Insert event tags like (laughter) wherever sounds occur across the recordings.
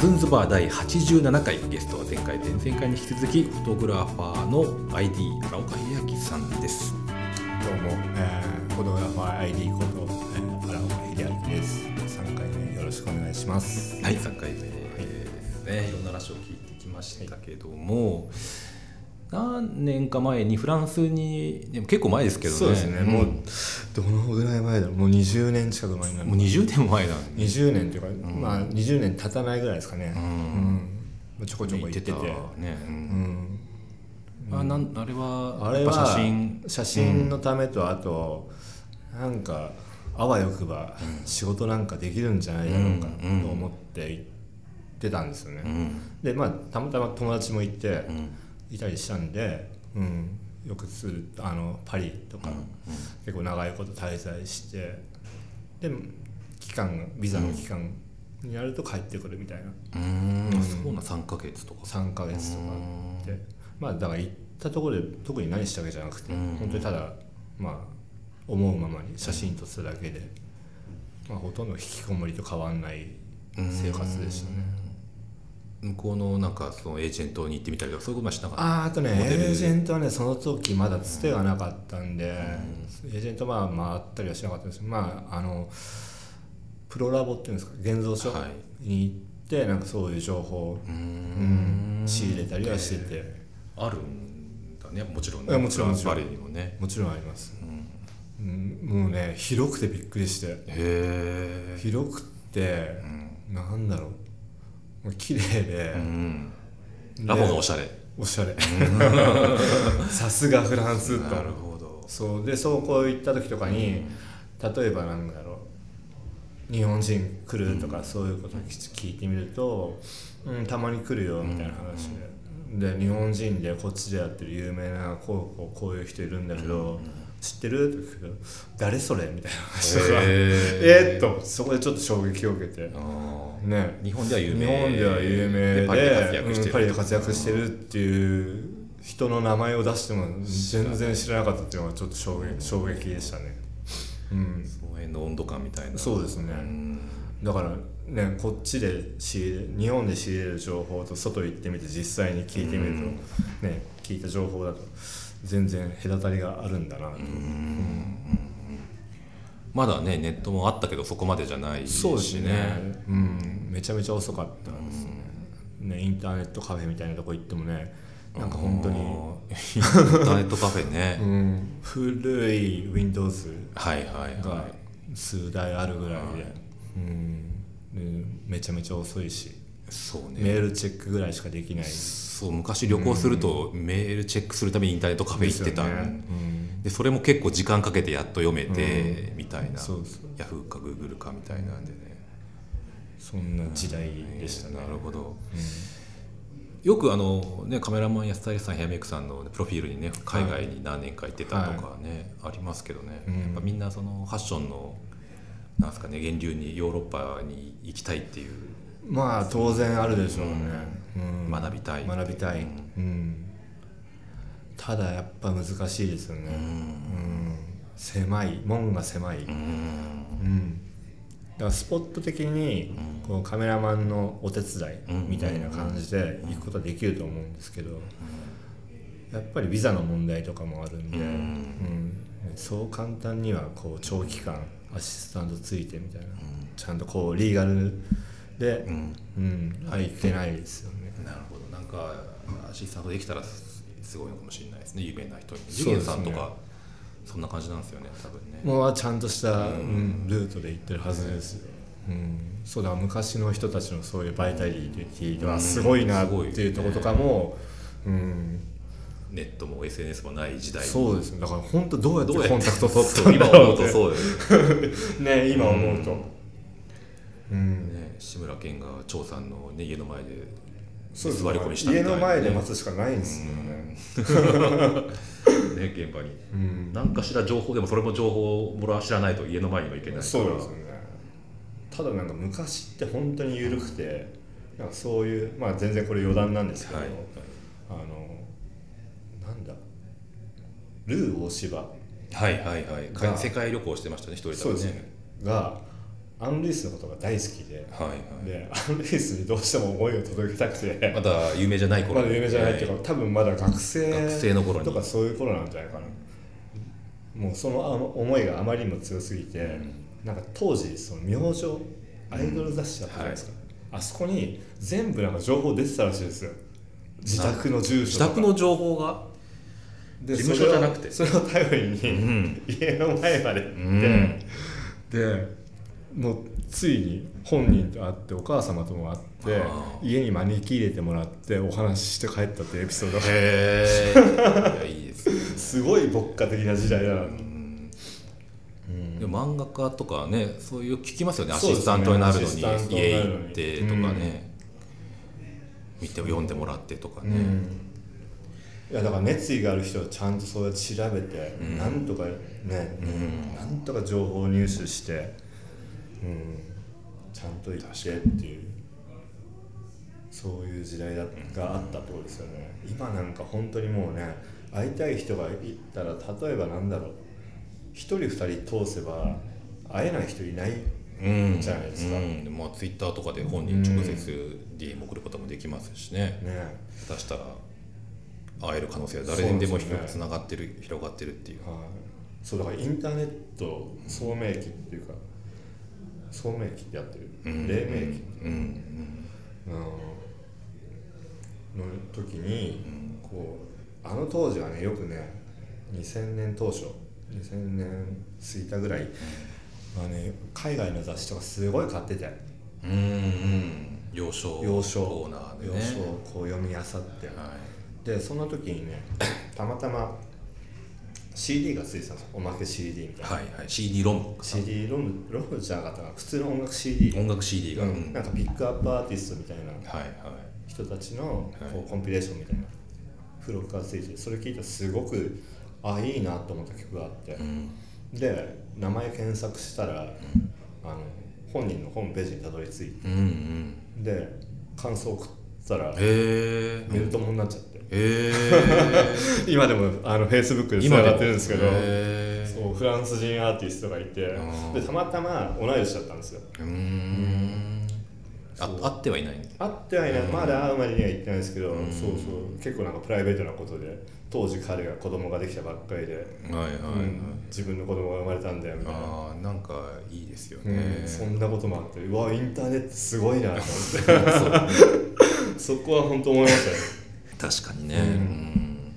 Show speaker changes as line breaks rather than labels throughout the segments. ズンズバー第87回ゲストは前回前々回に引き続きフォトグラファーの ID 荒岡秀明さんです
どうも、えー、フォトグラファー ID こと、えー、荒尾秀明です。3回目よろしくお願いします。
はい3回目ですね、い、ろんな話を聞いてきましたけども、何年か前にフランスにでも結構前ですけどね
そうですね、
ん
もうどのぐらい前だろう、もう20年近く前になる
もう20年も前なんで
20年というか、まあ20年経たないぐらいですかね、うんまあちょこちょこ行ってて。
行ね、うん
うん、
あなんあれは
あれ
や
は
っぱ写真
写真のためと、あとなんかあわよくば仕事なんかできるんじゃないだろうかと思って行ってたんですよね、でまあたまたま友達も行って、いたりしたんで、うん、よくするあのパリとか、結構長いこと滞在してで期間がビザの期間になると帰ってくるみたい
う
な、
んそうな3ヶ月とか
3ヶ月とかでまあだから行ったところで特に何したわけじゃなくて、本当にただまあ思うままに写真撮っただけで、まあ、ほとんど引きこもりと変わんない生活でしたね、
向こうのなんかそのエージェントに行ってみたりとかそういうことはしなかった
あーあとねエージェントはねその時まだつてがなかったんで、エージェントはまあ回ったりはしなかったんですけどまああのプロラボっていうんですか現像所
は
に行ってなんかそういう情報を、うん仕入れたりはしてて。
あるんだねもちろん
い
ね
やもちろんもちろん
バレーにもね
もちろんあります、うんもうね広くてびっくりして
へ
広くて、なんだろうもう綺麗で、
えうんラボがおしゃれ
おしゃれ (laughs) さすがフランスと
なるほど
そうでそうこう行った時とかに、例えばなんだろう日本人来るとかそういうことを聞いてみると、うん、たまに来るよみたいな話で、で日本人でこっちでやってる有名なこうこうこういう人いるんだけど、知ってるって聞くと誰それみたいな話とか、
へー
(laughs) えーっとそこでちょっと衝撃を受けて
あー
ね
日本では有
日
名
本では有名で
パリで活躍して
うん
る
パリで活躍してるっていう人の名前を出しても全然知らなかったっていうのがちょっと衝撃衝撃でしたね、うん、
その辺の温度感みたいな
そうですねだからねこっちで仕入れ日本で仕入れる情報と外行ってみて実際に聞いてみると、ね、聞いた情報だと全然隔たりがあるんだなと、
まだねネットもあったけどそこまでじゃないし
そうですね、うん、めちゃめちゃ遅かったですね,、ねインターネットカフェみたいなとこ行ってもねなんか本当に、
あーインター (laughs) ネットカフェね、
うん、古い Windows
はいはい
が
は
数台あるぐらいで,、うん、でめちゃめちゃ遅いし、
いそうね
メールチェックぐらいしかできない
そう昔旅行するとメールチェックするためにインターネットカフェ行ってた
ですよ
で、
ねうん
それも結構時間かけてやっと読めて、みたいな
そうそう
ヤフーかグーグルかみたいなんでね
そんな時代でしたね、
なるほど、よくあの、ね、カメラマンやスタイリストさんヘアメイクさんのプロフィールにね海外に何年か行ってたとかね、ありますけどね、やっぱみんなそのファッションのなんですかね源流にヨーロッパに行きたいっていう
まあ当然あるでしょうね、うん
学びたい、
学びたい、うんただやっぱ難しいですよね、うん狭い門が狭い、うんだからスポット的にこうカメラマンのお手伝いみたいな感じで行くことはできると思うんですけどやっぱりビザの問題とかもあるんで、うんそう簡単にはこう長期間アシスタントついてみたいな、ちゃんとこうリーガルで、うん入ってないですよね。
なるほどなんかアシスタントできたらすすごいのかもしれないですね有名な人に
す
ジ
ね
ュゲンさんとかそんな感じなんですよね多分ね
もうはちゃんとした、うんルートで行ってるはずですよ、うん、そうだ昔の人たちのそういうバイタリティはすごいなっていうところとかも、うん、
ネットも SNS もない時代に
そうですねだから本当どうやっ
どうやってて
コンタクト取った
そうん今
だろ
思
う
うと
って
そうよね
(laughs) ね今思うと、うん
ね志村けんが張さんの、ね、家の前で座
そうです
り込みしたみた
家
いな、ね、
の前で待つしかないんですよね、
ね現場に、何かしら情報でもそれも情報をもらわ知らないと家の前にも行けないから
そうですよねただなんか昔って本当に緩くてなんかそういうまあ全然これ余談なんですけど、
はい
あのなんだルー大芝
はいはいはい
が
世界旅行してましたね一人
そう
旅
ですねがアン・ルイスのことが大好きで
はいはい
でアン・ルイスにどうしても思いを届けたくて
まだ有名じゃない
ま
頃
だ有名じゃないけど、
は
多分まだ学生
学生の頃に
とかそういう頃なんじゃないかなもうそのあ思いがあまりにも強すぎて、なんか当時その明星アイドル雑誌だったじゃないですか、あそこに全部なんか情報出てたらしいですよ自宅の住所
自
とか
宅の情報が
で
事務所じゃなくて
それをそれを頼りに、
ん
家の前まで行って、
うん
でもうついに本人と会ってお母様とも会って
あー
家に招き入れてもらってお話しして帰ったっていうエピソードが
へえいいですね
すごい牧歌的な時代だな、
うん
うん
でも漫画家とかねそういう聞きますよねア
そ
シ
うですね
スタントになるのに
アシスタントに
家
なるのに
行ってとかね、見て読んでもらってとか
う
ね、
んいやだから熱意がある人はちゃんとそうやって調べて、
ん
なんとかね、
ん
なんとか情報を入手して、うん、ちゃんと行ってっていうそういう時代だがあったってことですよね、今なんか本当にもうね会いたい人がいたら例えばなんだろう一人二人通せば会えない人いない
うん
じゃないですか
うんでまあ、ツイッターとかで本人直接 DM 送ることもできますしね、
ね
下手したら会える可能性は誰にでも
そうですね
つながってる、広がってるっていう、
はい、そうだからインターネット聡明期っていうか聡明期ってやってる、
うん
黎明期、
うんうん
うんの時に、こうあの当時はねよくね2000年当初2000年過ぎたぐらいはね海外の雑誌とかすごい買ってて
うんうん幼少
洋書
コーナーでね
洋書をこう読み漁って、
はい
でそんな時にねたまたま CD がついてたんですよおまけ CD みたいな。
はいはい CD ロム
CD ロムロムじゃなかったな普通の音楽 CD、
音楽 CD が、
う
うん
ん、なん
はい
かピックアップアーティストみたいな
はい
人たちのこ
は
うコンピレーションみたいな付録がついてそれ聞いたらすごくあいいなと思った曲があって、
うん
で名前検索したら、あの本人のホームページにたどり着いて
うんうん
で感想を送ったら
へえ
メルトモンになっちゃって、
へ
今でもあのフェイスブック
え
で繋がってるんですけど
へえ
そうフランス人アーティストがいて
あー
でたまたま同い年だったんですよ
うーん
そ
あ
う
あってはいない
会ってはいない、まだ会うまでには行ってないですけど、
うん
そうそう結構なんかプライベートなことで当時彼が子供ができたばっかりで、
はいはいはい、
うん自分の子供が生まれたんだよみたいな、
ああなんかいいですよ
うん
ね、
そんなこともあってうわインターネットすごいなと思って (laughs) そこは本当思いましたよ
確かにね、
うん
うん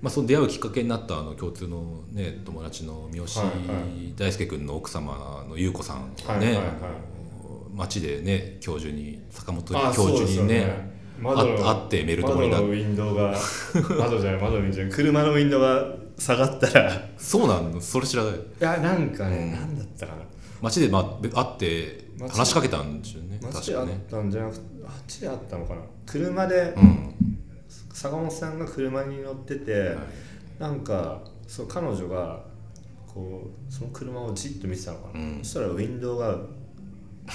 まあ、その出会うきっかけになったあの共通の、ね、友達の三好
はいは
大輔君の奥様の優子さん
は
はいね、
はいはい
街でね教授に坂本
あ
教
そう
授
ですよ
にね
窓の
あ会ってメルトモになっ
窓のウィンドウが (laughs) 窓じゃない窓のウィンドウじゃない車のウィンドウが下がったらい
そうなのそれ知らない
やなんかね、なんだったかな
街で、まあ、会って
街
話しかけたんですよね
街
確
であ
か
っ
ね
たんじゃなくてあっちであったのかな車で
うん
坂本さんが車に乗ってて、なんかそう彼女がこうその車をじっと見てたのかな、
うん
そしたらウィンドウがこ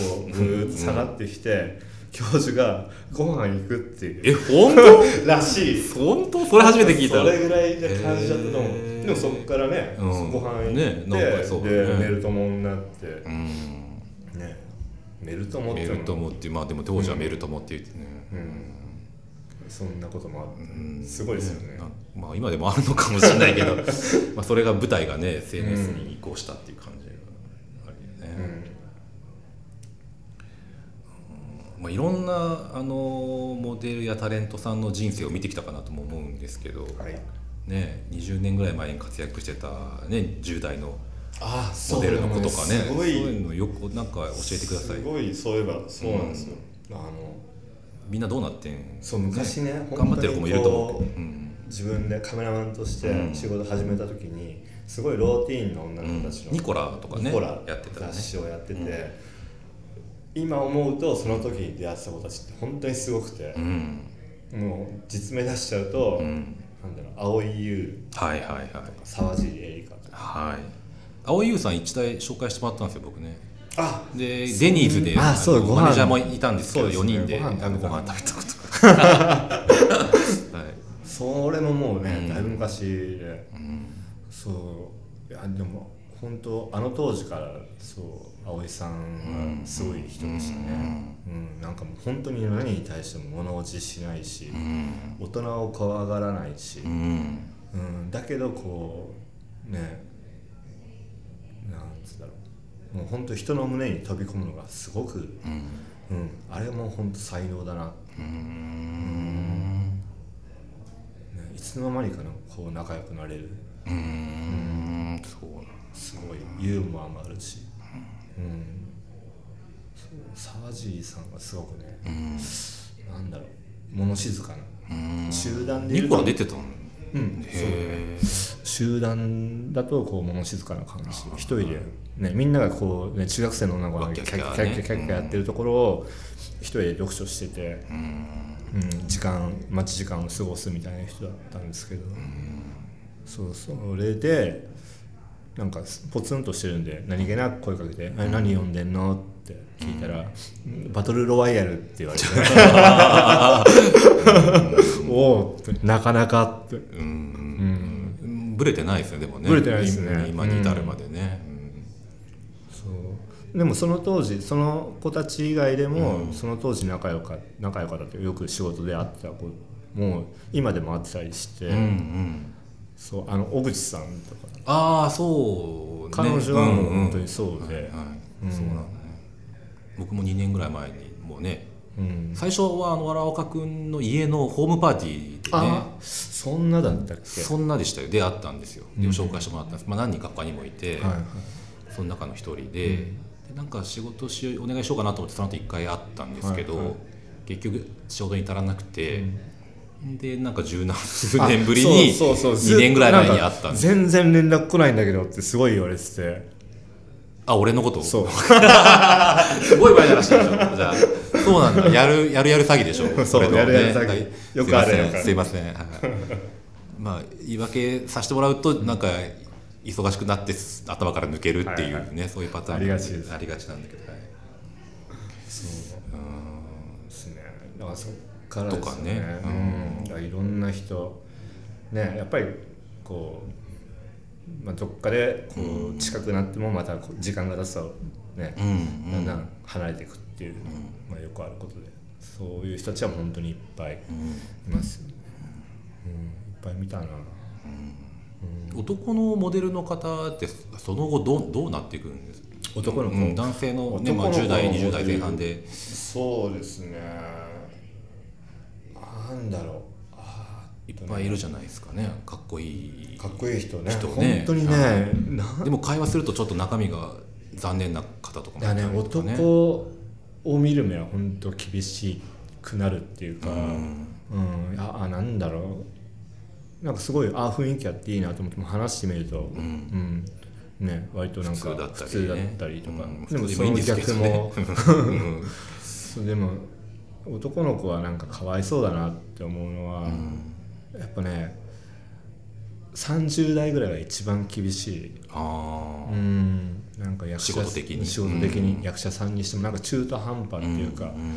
(laughs)
うぐーっと下がってきて、教授がご飯行くってい
え
う
本当
らしい
本当それ初めて聞いた
それぐらいで感じちゃったと思う、
へー
でもそこからね、
うん
ご飯行って、
ねなんかそうだね
でメルトモになって、
うん
ねメルトモって
メ
のも
ルトモっていうまあでも当時はメルトモって言ってね、
うんそんなこともあって、
うん
すごいですよね
なんまあ今でもあるのかもしれないけど (laughs) まあそれが舞台がね SNS に移行したっていう感じがあるよね、
うん
まあ、いろんなあのモデルやタレントさんの人生を見てきたかなとも思うんですけど、
はい
ね、20年ぐらい前に活躍してた、ね、10代の
あ
モデルの子とかね
す
そう
ご
い
いう
のよくなんか教えてください
すごいそういえばそうなんですよ、あの
みんなどうなってん
そう昔ね
頑張ってる子もいると思うけ
本当に
ど、
こ
うん
う自分でカメラマンとして
うん
仕事始めた時にすごいローティーンの女の子たちの、
ニコラとかね
ニコラ
やってたね
雑誌をやってて、今思うとその時に出会ってた子たちって本当にすごくて
う、ん
もう実名出しちゃうと、
うん
なんだろう青井優
はいはいはい
沢尻エリカとか
はい青井優さん一台紹介してもらったんですよ僕ね
あ
で
そう
デニーズで
あ
あ
そう
の
ご飯
マネージャーもいたんですけど
そうです
4人
ね
で
ご
あ
飯食べた
のご飯食べたことがはい
それももうね、
うん
だいぶ昔で
うん
そういやでも本当あの当時からそう葵さんはすごい人でしたね、うんなんかもう本当に何に対しても物落ちしないし、大人を怖がらないし、
うんうん
うん、だけどこうねなんつうんだろうもう本当人の胸に飛び込むのがすごく、うん、あれも本当才能だな、
うん
ね、いつの間にかなんかこう仲良くなれる
うんそうなん
すごいユーモアもあるし、うん、そうサージーさんがすごくね、なんだろう物静かな集団でい
2
る
個
と
は出てたん
うん
へえ
集団だとこう物静かな感じ一人で、ね、みんながこう、ね、中学生の女の子がキ
キ
ャ
ャ
ッ
ッキャッ
キャッキ
キ
ャ
ャ
ッ
ッキャッ
キャッキャッキャやってるところを一人で読書してて、うん、時間待ち時間を過ごすみたいな人だったんですけど、そうそれでなんかポツンとしてるんで何気なく声かけて「あれ何読んでんの?」って聞いたら「バトルロワイヤル」って言われて「おおなかなか」って。
うんブレてないですねでもね
ブレてないですね
今に至るまでね
そうでもその当時その子たち以外でも、その当時仲良か仲良かったというかよく仕事で会ってた子もう今でも会ってたりして、
うんうんうん
そうあの小口さんとか
ああそうね
彼女はもう本当
ん
にそうで、
んはいはいそうなんだね僕も2年ぐらい前にもうね
うん
最初はあの荒岡君の家のホームパーティーでね
あそんなだったっけ
そんなでしたよ出会ったんですよで紹介してもらったんです、まあ、何人か他にもいて、
はいはい
その中の一人で,、でなんか仕事しお願いしようかなと思ってその後一回会ったんですけど、
はいはい
結局仕事に足らなくて、でなんか十何数年ぶりに
あそうそうそうず
2年ぐらい前に会った
なん
ん
か
です
全然連絡来ないんだけどってすごい言われてて
あ俺のこと
そう
すごい前に話してるでしょじゃあそうなんだやるやるやる詐欺でしょ
(laughs) そう
これと
やるやる詐欺
はい
よくあるやつ
すいませんすいませんはいまあ言い訳させてもらうとなんか忙しくなってす頭から抜けるっていうね、
はい
そういうパターン
ありがちです
ありがちなんだけど、はい
そうですねだからそっからですよ
とかね
う、
うん
だからいろんな人ねやっぱりこう、まあ、どっかでこう近くなってもまたこう時間が経つとね、
うん
だんだん離れていくっていう、まあ、よくあることでそういう人たちは本当にいっぱいいますよね、うんいっぱい見たな
男のモデルの方ってその後どうどうなっていくんです
男の子
うん男性の,、ねまあ、
男の
10
子
代20代前半で
そうですねなんだろうあ
いっぱいいるじゃないですかねかっこいい
かっこいい人ね
人
本
ね
当にね、な
でも会話するとちょっと中身が残念な方とかもい
だ
た
ね
りとかね
男を見る目は本当厳しくなるっていうか、う
うんん
ああなんだろうなんかすごいあ雰囲気あっていいなと思っても話してみると、うんね、割となんか
普通だったりね
普通だったりとか、
うん
でも
普通
そ
でもいいん
の
ですけ
逆
ど
も
ね
そうでも男の子はなんかかわいそうだなって思うのは、やっぱね30代ぐらいが一番厳しい
あ
うんなんか役者
仕事的に
仕事的に役者さんにしてもなんか中途半端っていうか
あ、うん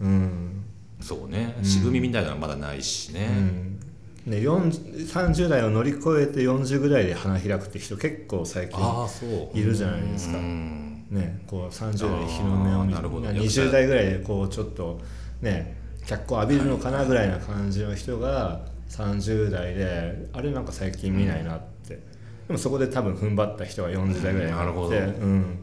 うん、
そうね渋みみたいなのはまだないし
う
ね、
んで40 30代を乗り越えて40ぐらいで花開くって人結構最近
ああそう
いるじゃないですか、
うん
ね、こう30代で日の目を見
あーなるほど
て20代ぐらいでこうちょっとね脚光浴びるのかなぐらいな感じの人が30代であれなんか最近見ないなって、でもそこで多分踏ん張った人が40代ぐらいになって、
うんなるほ
うん、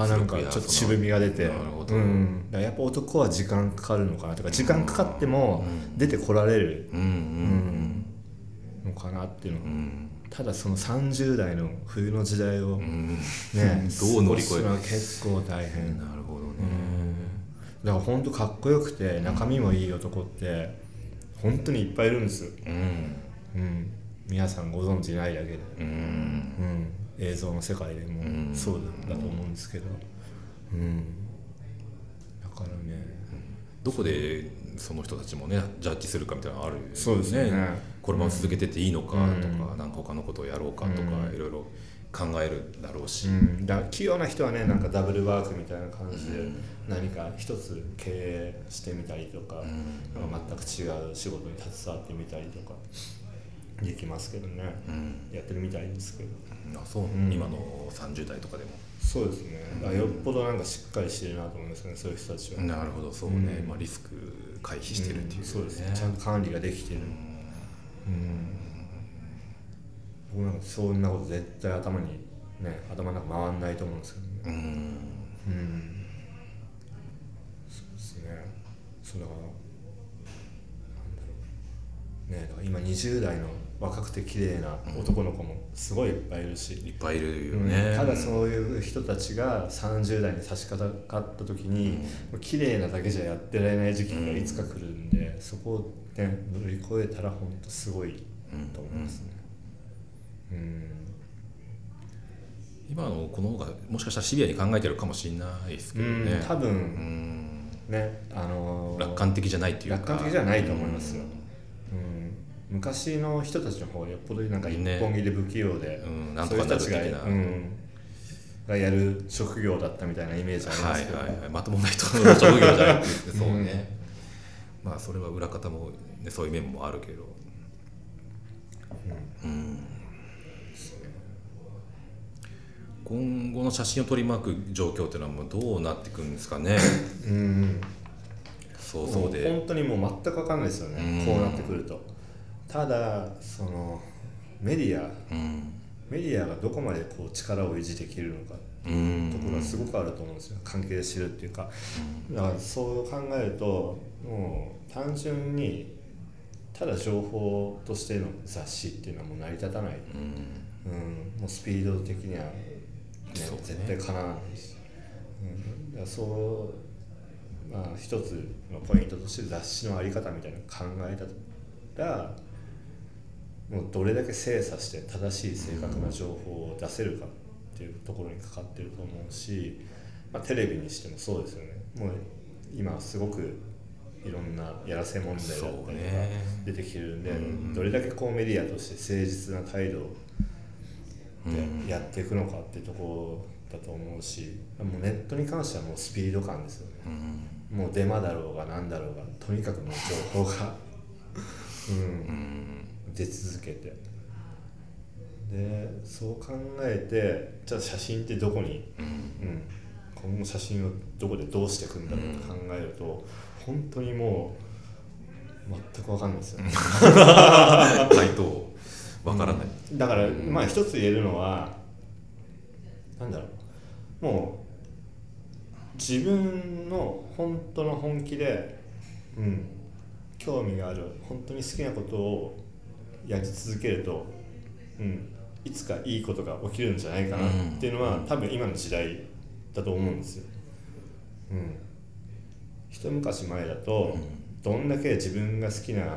あなん
実力
かちょ
や
っと
その
渋みが出て
なるほど
うん、だからやっぱ男は時間かかるのかなとか時間かかっても出てこられる
うんうん
のかなっていうのは、
うん
ただその30代の冬の時代を、
うん
ね
どう乗り越える
過ごすのは結構大変
なるほどね、
だから本当かっこよくて中身もいい男って本当にいっぱいいるんですよ、
うん
うん、皆さんご存知ないだけで、
うん
うん、映像の世界でもそうだと思うんですけど、うん、だからね
どこでその人たちもねジャッジするかみたいなのあるよね
そうですね
このまま続けてていいのかとか、
うん
なんか他のことをやろうかとか、いろいろ考えるだろうし、
うん、だから器用な人はねなんかダブルワークみたいな感じで何か一つ経営してみたりとか、なんか全く違う仕事に携わってみたりとかできますけどね、やってるみたいですけど。
あそう、
ん
今の30代とかでも
そうですね、あよっぽどなんかしっかりしてるなと思いますねそういう人たちは、
なるほどそうね、
うん
まあ、リスク回避してるっていう、
んそうですねちゃんと管理ができてるうん僕なんかそんなこと絶対頭にね頭なんか回んないと思うんですけどね
うんうん
うんそうですねそうだからなんだろうねだから今20代の若くて綺麗な男の子もすごいいっぱいいるし、
いっぱいいるよね、
うんただそういう人たちが30代に差し掛かった時に、もう綺麗なだけじゃやってられない時期がいつか来るんで、そこを、ね、乗り越えたら本当すごいと思いますね。うん
今のこの方がもしかしたらシビアに考えてるかもしれないですけどね、
うん多
う
分
ん
ね、あのー
楽観的じゃないっていうか
楽観的じゃないと思いますよ、うん昔の人たちの方がよっぽどなんか一
ね
本気で不器用で、
うんなんとかなる
そういう人
的な
たちが,、うん、がやる職業だったみたいなイメージありま
は
すけ
い
ど、
はいはいまともな人の職業じゃないっていうそうね、まあそれは裏方も、ね、そういう面もあるけどうん今後の写真を取り巻く状況っていうのはもうどうなっていくんですかね
うん
想像
もう
で
本当にもう全く分かんないですよね、
うん
こうなってくるとただそのメディア
うん
メディアがどこまでこう力を維持できるのか
う
とこ
ん
ろがすごくあると思うんですよ関係してるっていうかだからそう考えるともう単純にただ情報としての雑誌っていうのはもう成り立たない、
うん
うん、もうスピード的には、ね
そうね
絶対かなわないし、うん、だからそう、まあ、一つのポイントとして雑誌の在り方みたいなのを考えたらもうどれだけ精査して正しい正確な情報を出せるかっていうところにかかってると思うし、まあ、テレビにしてもそうですよねもう今すごくいろんなやらせ問題だったりと
そ
か
うね
出てきてるんで、
うん
どれだけこうメディアとして誠実な態度を
うん
でやっていくのかっていうところだと思うしもうネットに関してはもうスピード感ですよね
うん
もうデマだろうが何だろうがとにかくもう情報が、 (laughs) うん、出続けてでそう考えてじゃあ写真ってどこに、うん、今後写真をどこでどうしていくんだろうって考えると、本当にもう全く分かんないですよね
回答わからない、
だから、まあ一つ言えるのはなんだろうもう自分の本当の本気で、うん、興味がある本当に好きなことをやり続けると、うん、いつかいいことが起きるんじゃないかなっていうのは、多分今の時代だと思うんですよ。うん、一昔前だと、どんだけ自分が好きなこ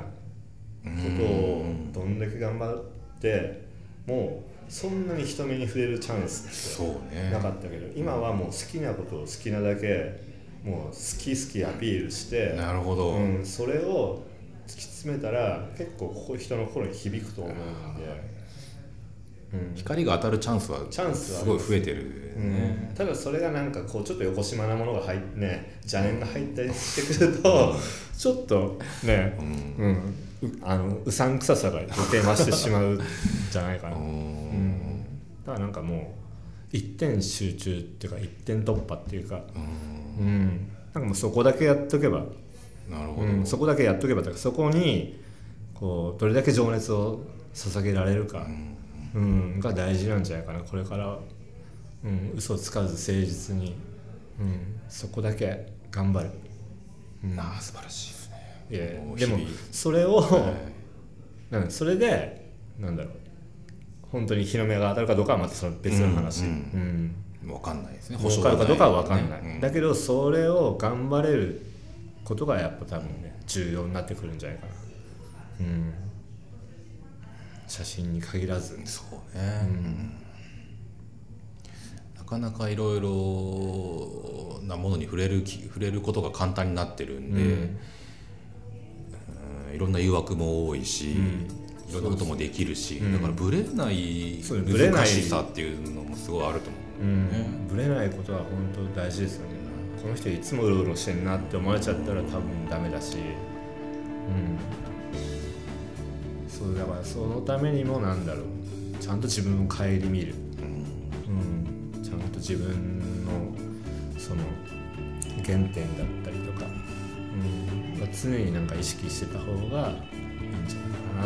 とをどんだけ頑張ってもうそんなに人目に触れるチャンス
そう
って
ね
なかったけど今はもう好きなことを好きなだけもう好き好きアピールして、
なるほど、
うん、それを突き詰めたら結構ここ人の心に響くと思うんで、うん
光が当たるチャンスは
チャンスはあ
す
り
ご
ま
い
す
増えてるね、
ただそれがなんかこうちょっと横島なものが入ってね邪念が入ったりしてくるとちょっとね、うんあのうさんくささが余計増してしまうんじゃないかな、
う
うん
ん
だからなんかもう一点集中っていうか一点突破っていうか、
うん
うん、なんかもうそこだけやっとけば、
なるほど、
うん、そこだけやっとけばというかそこにこうどれだけ情熱を捧げられるか、
うん
うん、が大事なんじゃないかなこれからは、うん、嘘つかず誠実に、うん、そこだけ頑張る、うん、
ああ素晴らしいですね
いやいや
もう
で
日
も
々
それを、
は
なんそれでなんだろう本当に日の目が当たるかどうかはまたその別の
う
話、うんん
いわかんないですね
儲かるかどうかは分かんない、
うん
だけどそれを頑張れることがやっぱ多分ね重要になってくるんじゃないかな、うん、写真に限らず、
そうね、なかなかいろいろなものに触れるき触れることが簡単になってるんで、うんいろんな誘惑も多いし、いろんなこともできるし、だからブレない
そうブレない
難しさっていうのもすごいあると思う、
うん、ぶれないことは本当大事ですよねこの人いつもうろうろしてんなって思われちゃったら多分ダメだしうんそうだからそのためにもなんだろうちゃんと自分を顧みる、うんちゃんと自分のその原点だったりとか、うんまあ、常になんか意識してた方がいいんじゃない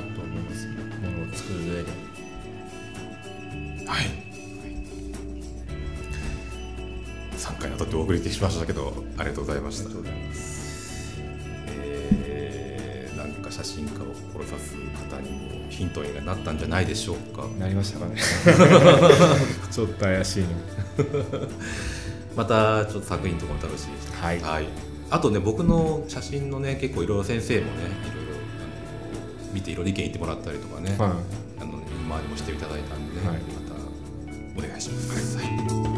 かなと思いますものを作る上で
はい3回にわたってお送りしてしましたけどありがとうございま
あり
し
が
た
とうございます
えーなんか写真家を志す方にもヒントになったんじゃないでしょうか
なりましたかね (laughs) ちょっと怪しいね
またちょっと作品とかも楽しみにしてます
はい
あとね僕の写真のね結構いろいろ先生もねいろいろあの見ていろいろ意見言ってもらったりとかね、
は
あのね周りもしていただいたんでね、
はい
またお願いします。はい